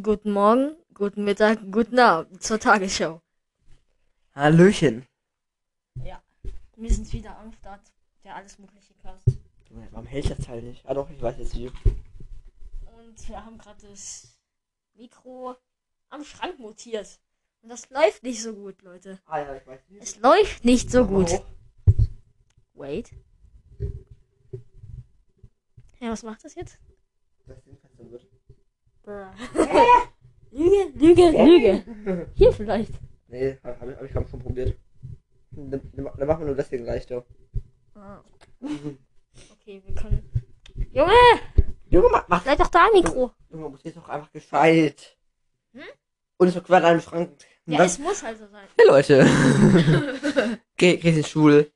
Guten Morgen, guten Mittag, guten Abend zur Tagesschau. Hallöchen. Ja, wir sind wieder am Start. Der alles mögliche Cast. Warum hält das Teil nicht? Ah doch, ich weiß jetzt wie. Und wir haben gerade das Mikro am Schrank mutiert. Und das läuft nicht so gut, Leute. Ah ja, ich weiß wie. Es läuft nicht so Mach mal gut. hoch. Wait. Ja, was macht das jetzt? Das Ding fester wird. Lüge, Lüge, Lüge. Hier vielleicht. Nee, hab, hab, ich- hab ich kaum schon probiert. Dann, dann dann machen wir nur deswegen leichter. Ah, Mhm. okay, wir können. Junge, Junge, mach, mach bleib doch da am Mikro. Junge, du bist doch einfach gescheit. Hm? Und es wird quer deinem Schrank. Und Ja, dann- es muss also sein. hey Leute. Geh, geh in Schule.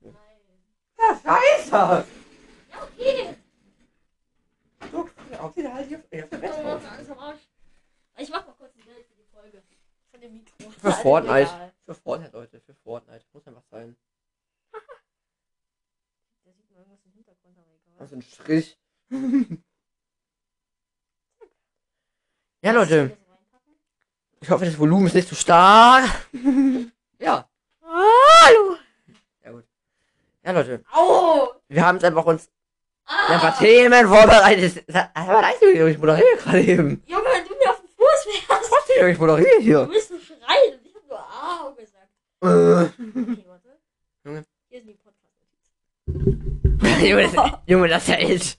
Ja, scheiße. Ja, okay. So, guck mal, auf wieder halt hier auf- hier auf der Komm, Welt. mach alles am Arsch. Ich mach mal kurz ein Bild für die Folge. Von dem Mikro. Für Alles egal. Fortnite. Für Fortnite, Leute. Für Fortnite. Muss einfach sein. Da sieht man irgendwas im Hintergrund, aber egal. Also ein Strich. ja, Leute, ich hoffe, das Volumen ist nicht zu stark. ja. Hallo! Ja, gut. Ja, Leute, Au! wir haben jetzt einfach uns Ah! ein paar Themen vorbereitet. Das heißt, ich moderiere gerade eben. Junge, wenn du mir auf den Fuß wärst, Ich moderiere du hier. bist so schreien. Ich hab nur Au gesagt. Äh. Okay, warte. Junge. Hier sind die Podcast-Notizen. Junge, das, Junge, das hält.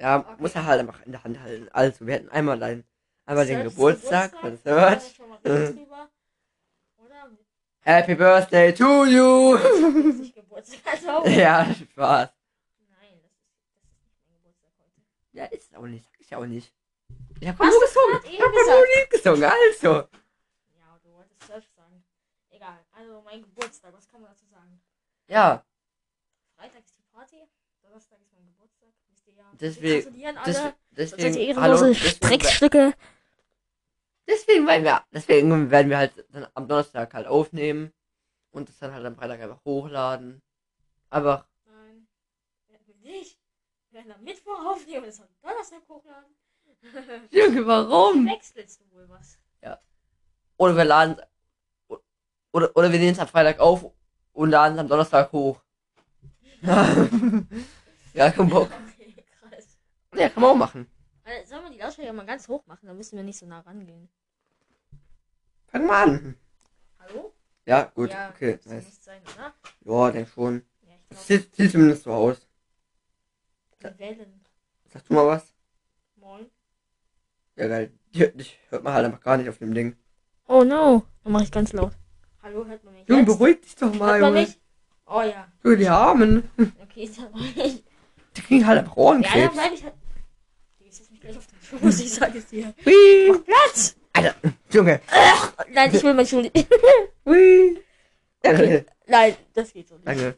Ja, Okay. muss er halt einfach in der Hand halten. Also, wir hatten einmal, ein, einmal den Selbst Geburtstag, da haben wir Konzert. schon mal reden drüber. Oder? Happy Birthday to you! Das ist nicht Geburtstag. Also, ja, Spaß. Nein, das ist, das ist nicht mein Geburtstag heute. Ja, ist auch nicht, sag ich auch nicht. Ich hab Hast nur du gesungen. grad Ich eben hab nur ein Lied gesungen, also. Ja, aber du wolltest selbst sagen. Egal. Also, mein Geburtstag, was kann man dazu sagen? Ja, Freitag ist die Party. Donnerstag ist mein Geburtstag. Wisst ihr ja. Wir Deswegen- gratulieren alle. Sonst des, seid ihr deswegen. ehrenlose deswegen, Streckstücke. deswegen, werden wir, deswegen werden wir halt dann am Donnerstag halt aufnehmen und das dann halt am Freitag einfach hochladen. Aber Nein. Werden wir nicht. Wir werden am Mittwoch aufnehmen und es am Donnerstag hochladen. Junge, warum? Wechselst du wohl was? Oder wir laden oder, oder wir nehmen es am Freitag auf und laden es am Donnerstag hoch. ja, kein Bock. Okay, krass. Ja, kann man auch machen. Also, sollen wir die Lautsprecher mal ganz hoch machen? Dann müssen wir nicht so nah rangehen. Fang mal an. Hallo? Ja, gut, ja, okay, das muss nice. nicht sein, oder? Ja, denk schon. Ja, ich glaube, Sieht, sieht zumindest so aus. die Wellen. Sagst du mal was? Moin. Ja, geil. Dich, dich hört man halt einfach gar nicht auf dem Ding. Oh no. Dann mache ich ganz laut. Hallo, hört man mich? Junge, jetzt? beruhig dich doch Hört mal, man Junge. mich? Oh ja. Junge, die Armen. Okay, dann mach ich. Die kriegen halt einfach Ja, dann Ohrenkrebs. bleib ich halt. Du gehst mich gleich auf den Fuß, ich sag es dir. Hui. Platz! Alter, Junge. Nein, ich will mein Schuh nicht. Hui. Ja, Okay. Leute, Nein, das geht so nicht. Danke.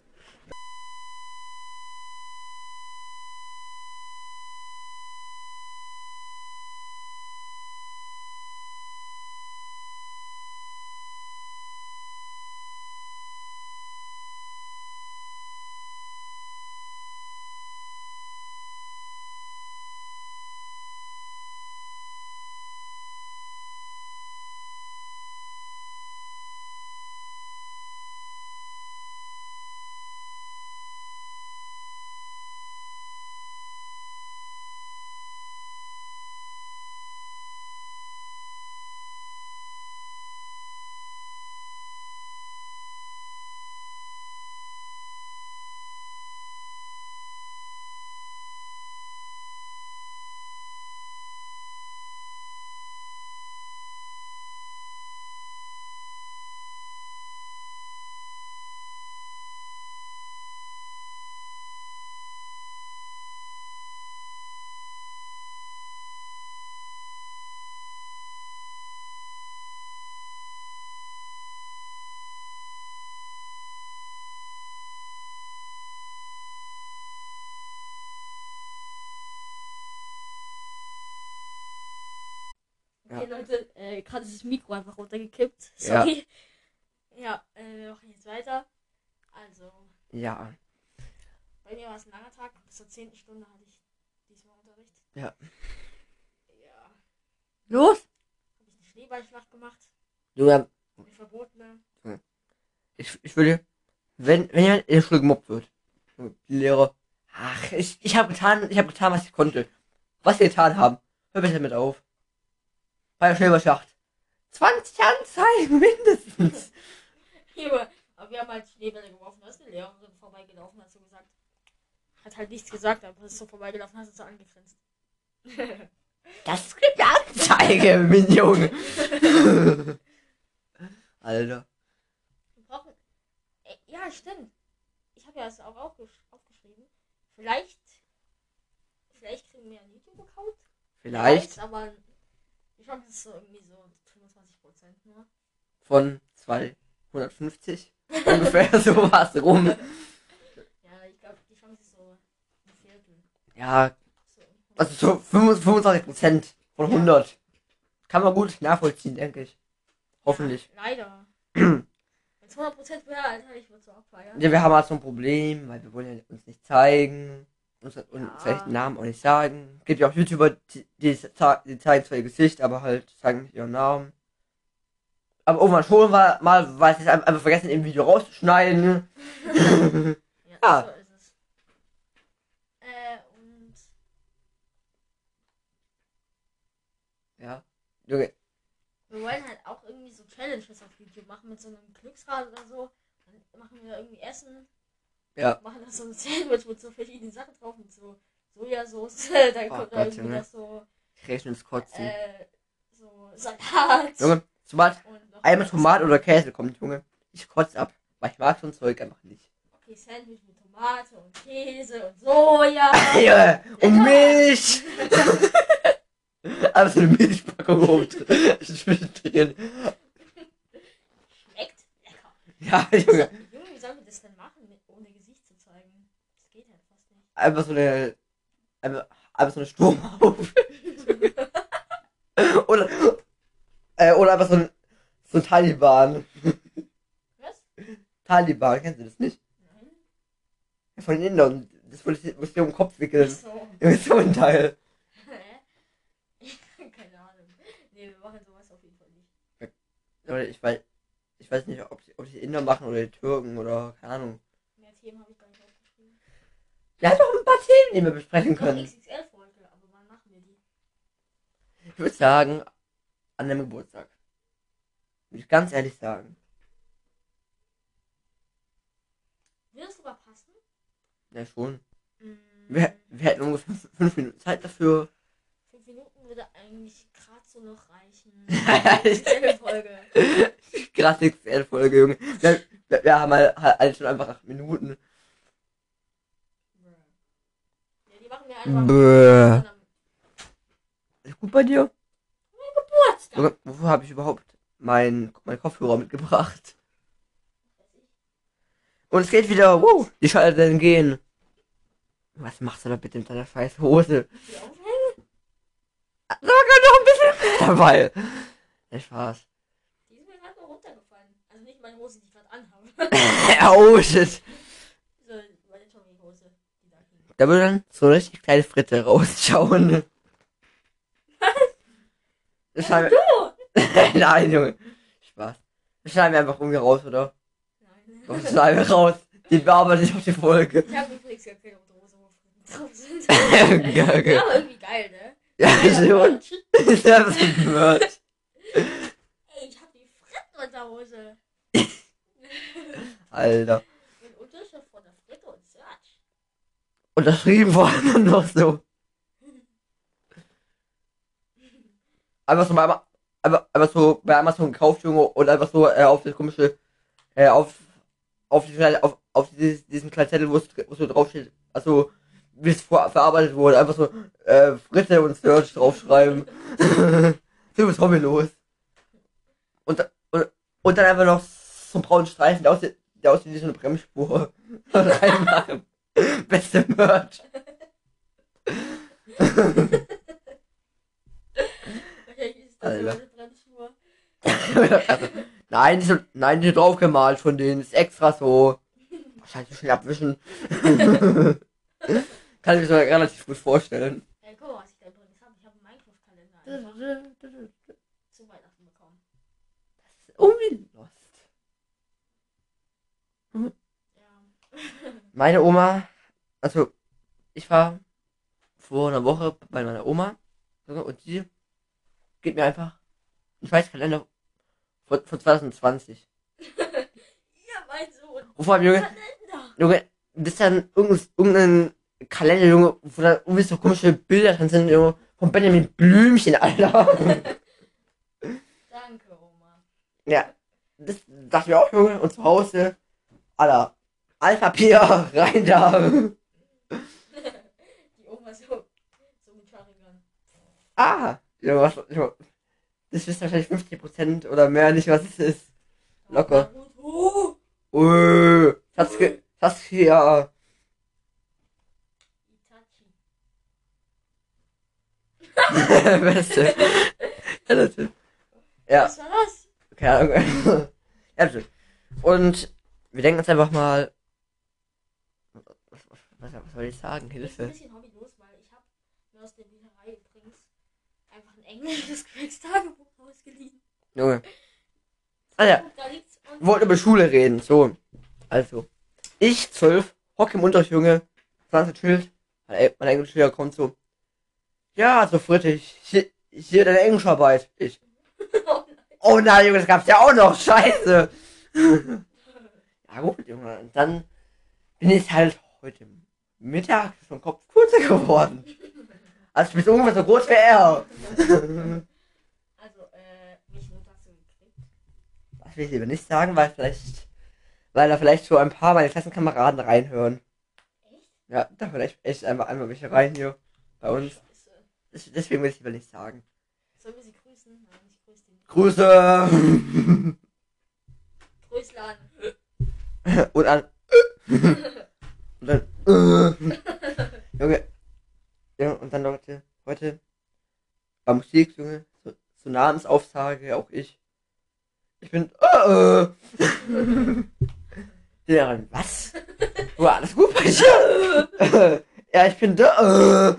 Okay, Ja. Leute, äh, gerade ist das Mikro einfach runtergekippt. Sorry. Ja, äh, wir machen jetzt weiter. Also, Ja. bei mir war es ein langer Tag. Bis zur 10. Stunde hatte ich diesmal Unterricht. Ja. Ja. Los! Hab ich eine Schneeballschlacht gemacht. Junge, Eine verbotene. ähm, ich, ich würde, wenn, wenn jemand in der Schule gemobbt wird, Junge, die Lehrer, ach, ich, ich habe getan, ich habe getan, was ich konnte. Was sie getan haben. Hör bitte damit auf. Bei der Schneeballschacht. 20 Anzeigen mindestens. Junge, aber wir haben halt Schneebälle geworfen. Da ist eine Lehrerin vorbeigelaufen, hat so gesagt. Hat halt nichts gesagt, aber ist so vorbeigelaufen, hat sie so angegrinst. Das gibt eine Anzeige, mein Junge. Alter. Wir brauchen. Äh, ja, stimmt. Ich habe ja das auch aufgesch aufgeschrieben. Vielleicht. Vielleicht kriegen wir einen YouTube-Account. Vielleicht Aber die Chance ist so irgendwie so 25% nur. von 250. Ungefähr sowas rum. Ja, ich glaube, die Chance ist so ein Viertel. Ja, So. also so 25 Prozent von 100. Kann man gut nachvollziehen, denke ich. Hoffentlich. Ja, leider. Wenn es 100% wäre, Alter, ich würde so abfeiern. Ja, wir haben halt so ein Problem, weil wir wollen ja uns nicht zeigen. Uns, und Ja. vielleicht den Namen auch nicht sagen. Gibt ja auch YouTuber, die, die, za- die zeigen zwar ihr Gesicht, aber halt sagen nicht ihren Namen. Aber irgendwann schon mal, mal weil sie es ein- einfach vergessen, im Video rauszuschneiden. Ja, Ah. so ist es. Äh, und. ja. Junge, Wir wollen halt auch irgendwie so Challenges auf YouTube machen mit so einem Glücksrad oder so. Dann machen wir irgendwie Essen. Ja. Machen da so ein Sandwich mit so verschiedenen Sachen drauf, mit so Sojasauce. Dann Oh kommt da Gott, irgendwie Junge. noch so, ich rechne ins Kotzen. äh, so Salat. Junge, sobald Und noch einmal Tomat oder Käse kommt, Junge, ich kotze ab. Weil ich mag so ein Zeug einfach nicht. Okay, Sandwich mit Tomate und Käse und Soja. Junge, und Milch! Aber so eine Milchpackung oben drin. zwischendrin. Schmeckt lecker. Ja, Junge. Junge, wie sollen wir das denn machen, mit, ohne Gesicht zu zeigen? Das geht halt fast nicht. Einfach so eine. Einfach, einfach so eine Sturmhaube. oder. Äh, oder einfach so ein. So ein Taliban. Was? Taliban, kennst du das nicht? Nein? Von Indien. Das würde ich, würdest du dir um den Kopf Ach wickeln. so. Junge, so ein Teil. Hä? Keine Ahnung. Nee, wir machen sowas auf jeden Fall nicht. Oder ich weiß. Ich weiß nicht, ob, die- ob die Inder machen oder die Türken oder keine Ahnung. Mehr Themen habe ich gar nicht aufgeschrieben. Wir haben doch ein paar Themen, die wir besprechen können. Noch XXL-Folge, aber wann machen wir die? Ich würde sagen, an deinem Geburtstag. Würde ich ganz ehrlich sagen. Wird es sogar passen? Ja, schon. Mm, Wir, wir hätten ungefähr fünf- fünf Minuten Zeit dafür. Fünf Minuten würde eigentlich gerade so noch reichen. XXL-Folge. Gerade die XL-Folge, Junge. Wir, wir, wir haben halt, halt schon einfach acht Minuten. Ja, die machen wir einfach. Bäh. an einem Ist gut bei dir? Geburtstag. Junge, wofür habe ich überhaupt meinen mein Kopfhörer mitgebracht? Und es geht wieder. Wow, die Schalter denn gehen. Was machst du da bitte mit deiner scheiß Hose? Die aufhängen? Sag mal noch ein bisschen mehr dabei. Ja, Spaß. Die ist mir gerade noch runtergefallen. Also nicht meine Hose, die ich gerade anhabe. oh shit. so, meine Jogginghose, die da hing. Da würde dann so eine richtig kleine Fritte rausschauen. Was? Schneiden Du! wir... Nein, Junge. Spaß. Das schneiden wir einfach irgendwie raus, oder? Nein. Doch, das schneiden wir raus. Die bearbeiten nicht auf die Folge. Ich habe übrigens gar keine rote Hose, wo Frieden drauf sind. Geil, geil. Ja, aber irgendwie geil, ne? ja, schon. Alter, Das ist ein Merch. Ey, ich hab die Fritten unter Hose. Alter. Mit Unterschrift von der Fritte und Search. Unterschrieben vor allem noch so. Einfach so bei, Ama- einfach, einfach so bei Amazon gekauft, Junge, und einfach so äh, auf das komische, äh, auf, auf, die, kleine- auf, auf dieses, diesen kleinen Zettel, wo es wo es so draufsteht, also, wie es vor, verarbeitet wurde, einfach so, äh, Fritte und Search draufschreiben. so was hobbylos. Und, da- und, und dann einfach noch so einen braunen Streifen, der aussieht, der aussieht wie so eine Bremsspur. Reinmachen. Beste Merch. Wahrscheinlich ist das Alter. meine Bremsspur. also, nein, die sind, nein, die sind draufgemalt von denen. Ist extra so. Wahrscheinlich schnell abwischen. Kann ich mir so relativ gut vorstellen. Ey, guck mal, was ich da übrigens habe. Ich habe einen Minecraft-Kalender. Weihnachten bekommen. Zu Weihnachten bekommen. Das ist irgendwie Oh, lost. Ja. Meine Oma, also ich war vor einer Woche bei meiner Oma und sie gibt mir einfach einen Scheißkalender von, von 2020. ja, mein Sohn. Und vor allem, Junge, Kalender. Junge, das ist dann irgendein, irgendein Kalender, Junge, wo da irgendwie so komische Bilder drin sind, Junge, von Benjamin Blümchen, Alter. Danke, Oma. ja, das dachte ich mir auch, Junge, und zu Hause, Alter, Altpapier, rein da. Die Oma so, so mit Sharingan. Ah, ja, was, ja, das ist wahrscheinlich 50% oder mehr, nicht was es ist. Locker. Uh, Öh, das ge, das hier, Itachi. beste. Ja, das ist- ja, Was war das? keine Ahnung. Ja, das ist- Und wir denken uns einfach mal, was, was, was soll ich sagen? Ich bin ein Hilfe. bisschen hobbylos, weil ich habe mir aus der Bücherei übrigens einfach ein englisches Cracks Tagebuch ausgeliehen. Junge. Ah ja, Und da liegt's und wollten über Schule reden, so. Also, ich, zwölf, hock im Unterricht, Junge, 20 Schild, mein Eng- mein Englischlehrer kommt so, ja, so Friedrich, hier, hier deine Englischarbeit. Ich, Oh oh nein, Junge, das gab's ja auch noch, scheiße. ja gut, Junge, und dann bin ich halt heute Mittag vom Kopf kürzer geworden. Also, ich bin ungefähr so groß wie er. Also, äh, mich nur dazu gekriegt. Das will ich lieber nicht sagen, weil vielleicht, weil da vielleicht so ein paar meine Klassenkameraden reinhören. Echt? Ja, da vielleicht echt einmal, einmal welche rein hier bei uns. Scheiße. Das- Deswegen will ich lieber nicht sagen. äh, Sollen wir sie grüßen? Nein, ich grüße den. Grüße! Grüßladen. Und an. Und dann. Junge. Ja, und dann Leute, heute bei Musik, Junge, so, so Namensaussage, auch ich. Ich bin. Äh, äh. Die Lehrerin, was? War alles gut bei dir? ja, ich bin da. Äh.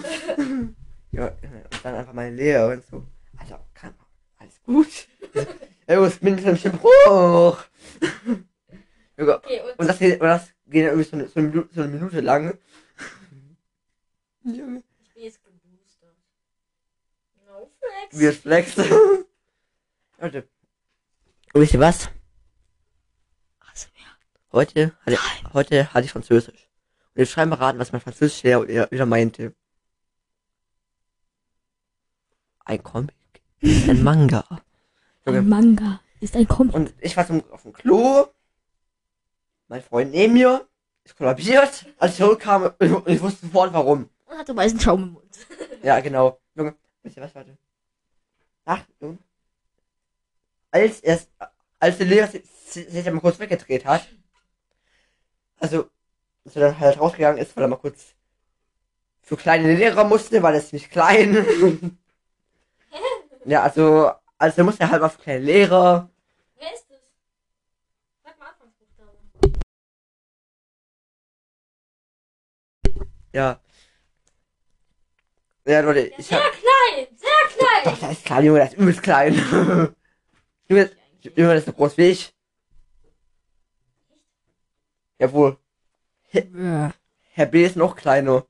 Ja, und dann einfach meine Lehrerin so. Alter, kann, alles gut? Ja, du bist mindestens ein bisschen hoch. Junge, Okay, und, und das, geht- und das geht ja irgendwie so eine, so eine, Minute, so eine Minute lang. Junge. ich bin jetzt geboostert. No flex. Weird Flex. Leute. Und wisst ihr was? Also, ja. Heute hatte, heute hatte ich Französisch. Und jetzt schreiben wir raten, was mein Französischlehrer wieder, wieder meinte. Ein Comic ist ein Manga. Junge. Manga ist ein Comic. Und ich war zum, auf dem Klo. Mein Freund neben mir ist kollabiert. Als ich zurückkam, ich, ich wusste sofort warum. Und hatte weißen Schaum im Mund. Ja, genau. Junge, wisst ihr was, warte. Ach, Junge. Als erst, als der Lehrer si- si- sich einmal kurz weggedreht hat, also, als er dann halt rausgegangen ist, weil er mal kurz für kleine Lehrer musste, weil er ist nicht klein. ja, also, also musste er halt mal für kleine Lehrer. Wer ist das? Sag mal Anfangsbuchstaben. Ja. Ja, Leute, Ja, ich sehr hab. klein, sehr klein. Doch, das ist klein, Junge, das ist übelst klein. Junge, Junge, das ist so groß wie ich. Jawohl. Herr B ist noch kleiner.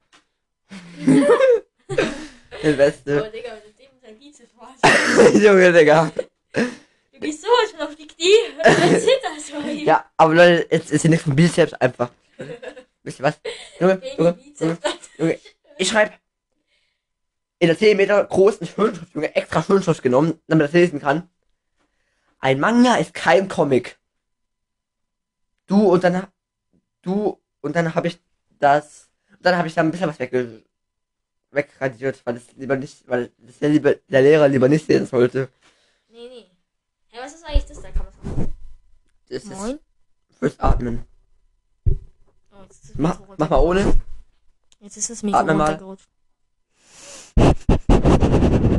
Der Aber Beste. Oh, Digga, wenn du dem dein Bizeps machst, Junge, Digga. du gehst so schon auf die Knie. Was sind das so? Ja, aber Leute, jetzt ist hier nichts von Bizeps einfach. Wisst ihr was? Junge, Junge, Junge, Baby-Bizeps. Junge. Ich schreibe in der 10 Meter großen Schönschrift, Junge, extra Schönschrift genommen, damit das lesen kann. Ein Manga ist kein Comic. Du und dann du und dann habe ich das dann habe ich da ein bisschen was wegge wegradiert, weil das lieber nicht, weil das der, lieber, der Lehrer lieber nicht sehen sollte. Nee, nee. Hey, was ist eigentlich das da? Kann man das Das ist fürs Atmen. Oh, jetzt ist das Mach, Mikro runter- mach mal ohne. Jetzt ist das Mikro Atme mal. runtergerutscht.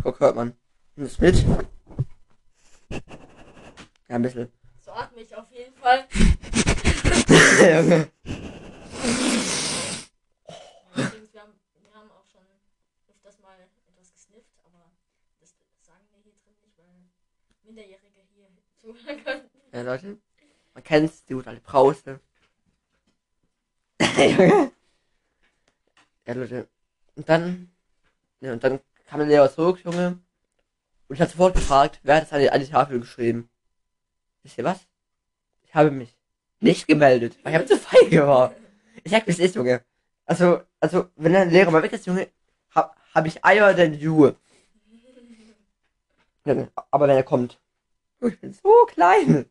Guck, hört man. Nimm das mit. Ja, ein bisschen. So atme ich auf jeden Fall. Oh, Junge. Übrigens, wir haben, wir haben auch schon öfters mal etwas gesnifft, aber Das sagen wir hier drin nicht, weil Minderjährige hier zuhören können. Ja, Leute. Man kennt's, die gute alte Brause. Junge. ja, Leute. Und dann. Ja, und dann kam der Lehrer zurück, Junge. Und ich hab sofort gefragt, wer hat das an die, an die Tafel geschrieben? Wisst ihr was? Ich habe mich nicht gemeldet, weil ich hab zu feige war. Ich sag, wie es ist, Junge. Also, also, wenn der Lehrer mal weg ist, Junge, hab, hab ich Eier denn Juhe. Junge, aber wenn er kommt. oh, Ich bin so klein.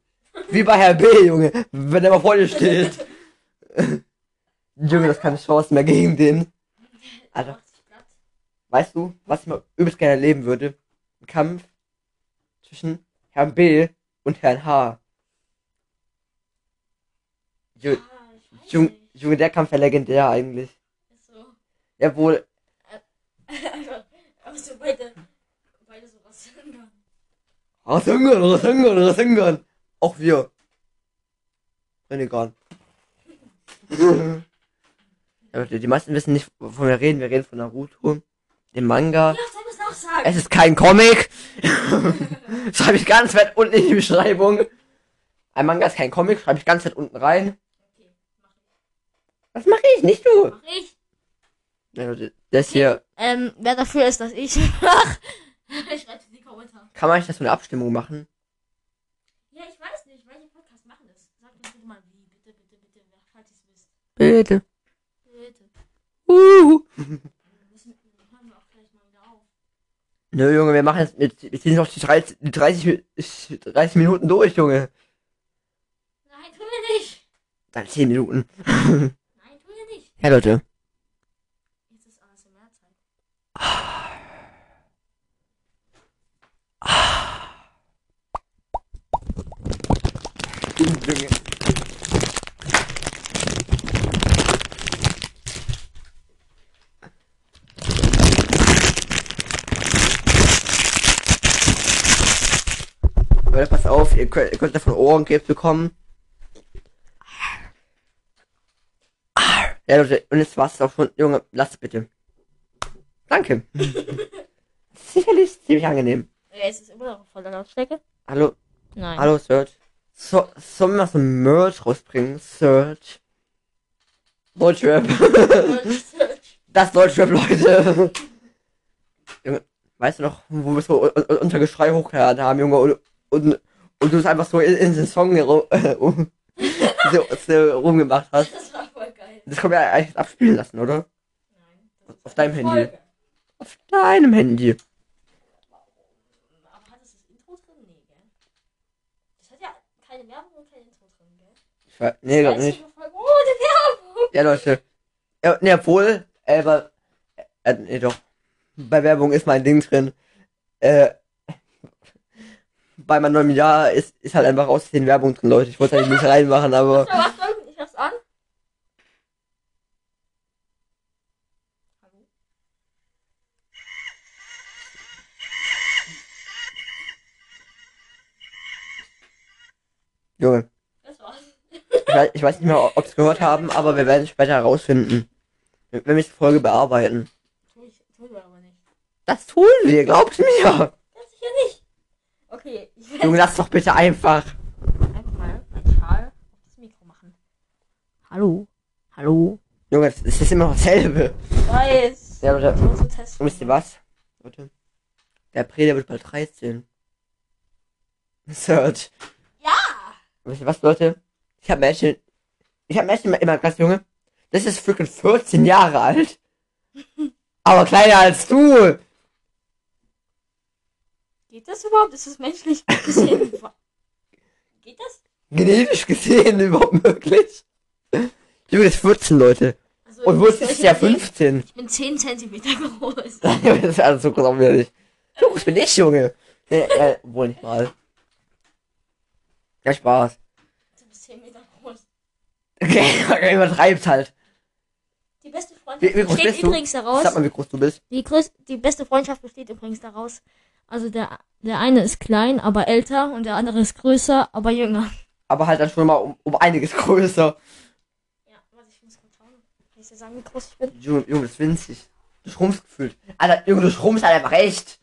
Wie bei Herr B, Junge. Wenn er mal vor dir steht. Junge, das keine Chance mehr gegen den. Also, Alter. Macht sich platt. Weißt du, was ich mal übelst gerne erleben würde? Ein Kampf zwischen Herrn B und Herrn H. Ju Ah, ich weiß Junge, nicht. Junge, der Kampf wäre legendär eigentlich. Ist So. Jawohl, Einfach, aber so beide, beide sowas sagen. Rasengan, Rasengan, Rasengan. Auch wir. Renegan. ja, Leute, die meisten wissen nicht, wovon wir reden. Wir reden von Naruto, dem Manga. Ja, soll man es auch sagen? Es ist kein Comic. schreibe ich ganz weit unten in die Beschreibung. Ein Manga ist kein Comic, schreibe ich ganz weit unten rein. Okay, mach ich. Das mache ich, nicht du. Mach ich. Ja, Leute, das hier, Ähm, wer dafür ist, dass ich mach, schreibt in die Kommentare. kann man nicht das so eine Abstimmung machen? Ja, ich weiß nicht, welche Podcasts machen das? Sag uns bitte mal wie. Bitte, bitte, bitte, wer- falls ihr es wisst. Bitte. Bitte. Uh. Wir müssen, wir hören wir auch gleich mal wieder auf. Nö, Junge, wir machen jetzt mit, wir ziehen noch die 30, die 30, Mi- 30 Minuten durch, Junge. Nein, tun wir nicht. Dann 10 Minuten. Nein, tun wir nicht. Ja, Leute. Jetzt ist ASMR-Zeit. Junge. Leute, pass auf, ihr könnt, ihr könnt davon Ohrenkrebs bekommen. Ja, Leute, und jetzt war's auch schon. Junge, lasst bitte. Danke. Sicherlich ziemlich angenehm. Ja, es ist immer noch voll der Lautstärke. Hallo, Nein. Hallo Serge. So, sollen wir so ein Merch rausbringen? Serge. Deutschrap. Das Deutschrap, Leute. Junge, weißt du noch, wo wir so un- un- unser Geschrei hochgeladen haben, Junge? Und, und, und du es einfach so in, in den Song ru- äh, um- so, so rumgemacht hast. Das war voll geil. Das können wir ja eigentlich abspielen lassen, oder? Nein. das ist Auf deinem eine Handy. Folge. Auf deinem Handy. Aber hat es das Intro drin? Nee, gell? Das hat ja keine Werbung und kein Intro drin, gell? Ich weiß, nee, glaub Weißt du, nicht. die Folge- Oh, die Werbung! Ja, Leute. Ja, nee, obwohl, äh, aber, äh, nee, doch. Bei Werbung ist mein Ding drin. Äh, bei meinem neuen Jahr ist, ist halt einfach aus den Werbung drin, Leute. Ich wollte eigentlich nicht reinmachen, aber. So, Achtung, ich hab's an. Hallo? Junge, Das war's. ich weiß, ich weiß nicht mehr, ob sie gehört haben, aber wir werden es später herausfinden. Wenn wenn wir die Folge bearbeiten. Tu ich, tun wir aber nicht. Das tun wir, glaubt mir. Ganz sicher nicht. Okay, ich werde Junge, lass doch bitte einfach. einfach mal einen Schal auf das Mikro machen. Hallo? Hallo? Junge, es es ist immer noch dasselbe. Ich weiß. Ja, Leute. Ich muss einen Test Und wisst ihr machen. was? Leute. Der Prediger wird bald 13. Search. Ja! Wisst ihr was, Leute? Ich hab Menschen. Ich hab Menschen in meiner Klasse, Junge. Das ist freaking 14 Jahre alt. Aber kleiner als du. Geht das überhaupt? Ist das menschlich gesehen? Geht das? Genetisch gesehen überhaupt möglich. Junge, das ist 14, Leute. Also, Und ich- Wurst ist ja ich bin- 15. Ich bin 10 cm groß. das ist alles so groß auch wieder nicht. So groß bin ich, Junge. Nee, äh, wohl nicht mal. Ja, Spaß. Du bist 10 Meter groß. Okay, übertreibst halt. Die beste Freundschaft Wie, wie groß besteht bist du? übrigens daraus. Sag mal, wie groß du bist. Die, größ die beste Freundschaft besteht übrigens daraus. Also der, der eine ist klein, aber älter und der andere ist größer, aber jünger. Aber halt dann schon mal um, um einiges größer. Ja, warte, ich muss kurz schauen. Kann ich dir sagen, wie groß ich bin? Junge, Junge, das ist winzig. Du schrumpfst gefühlt. Alter, Junge, du schrumpfst halt einfach echt.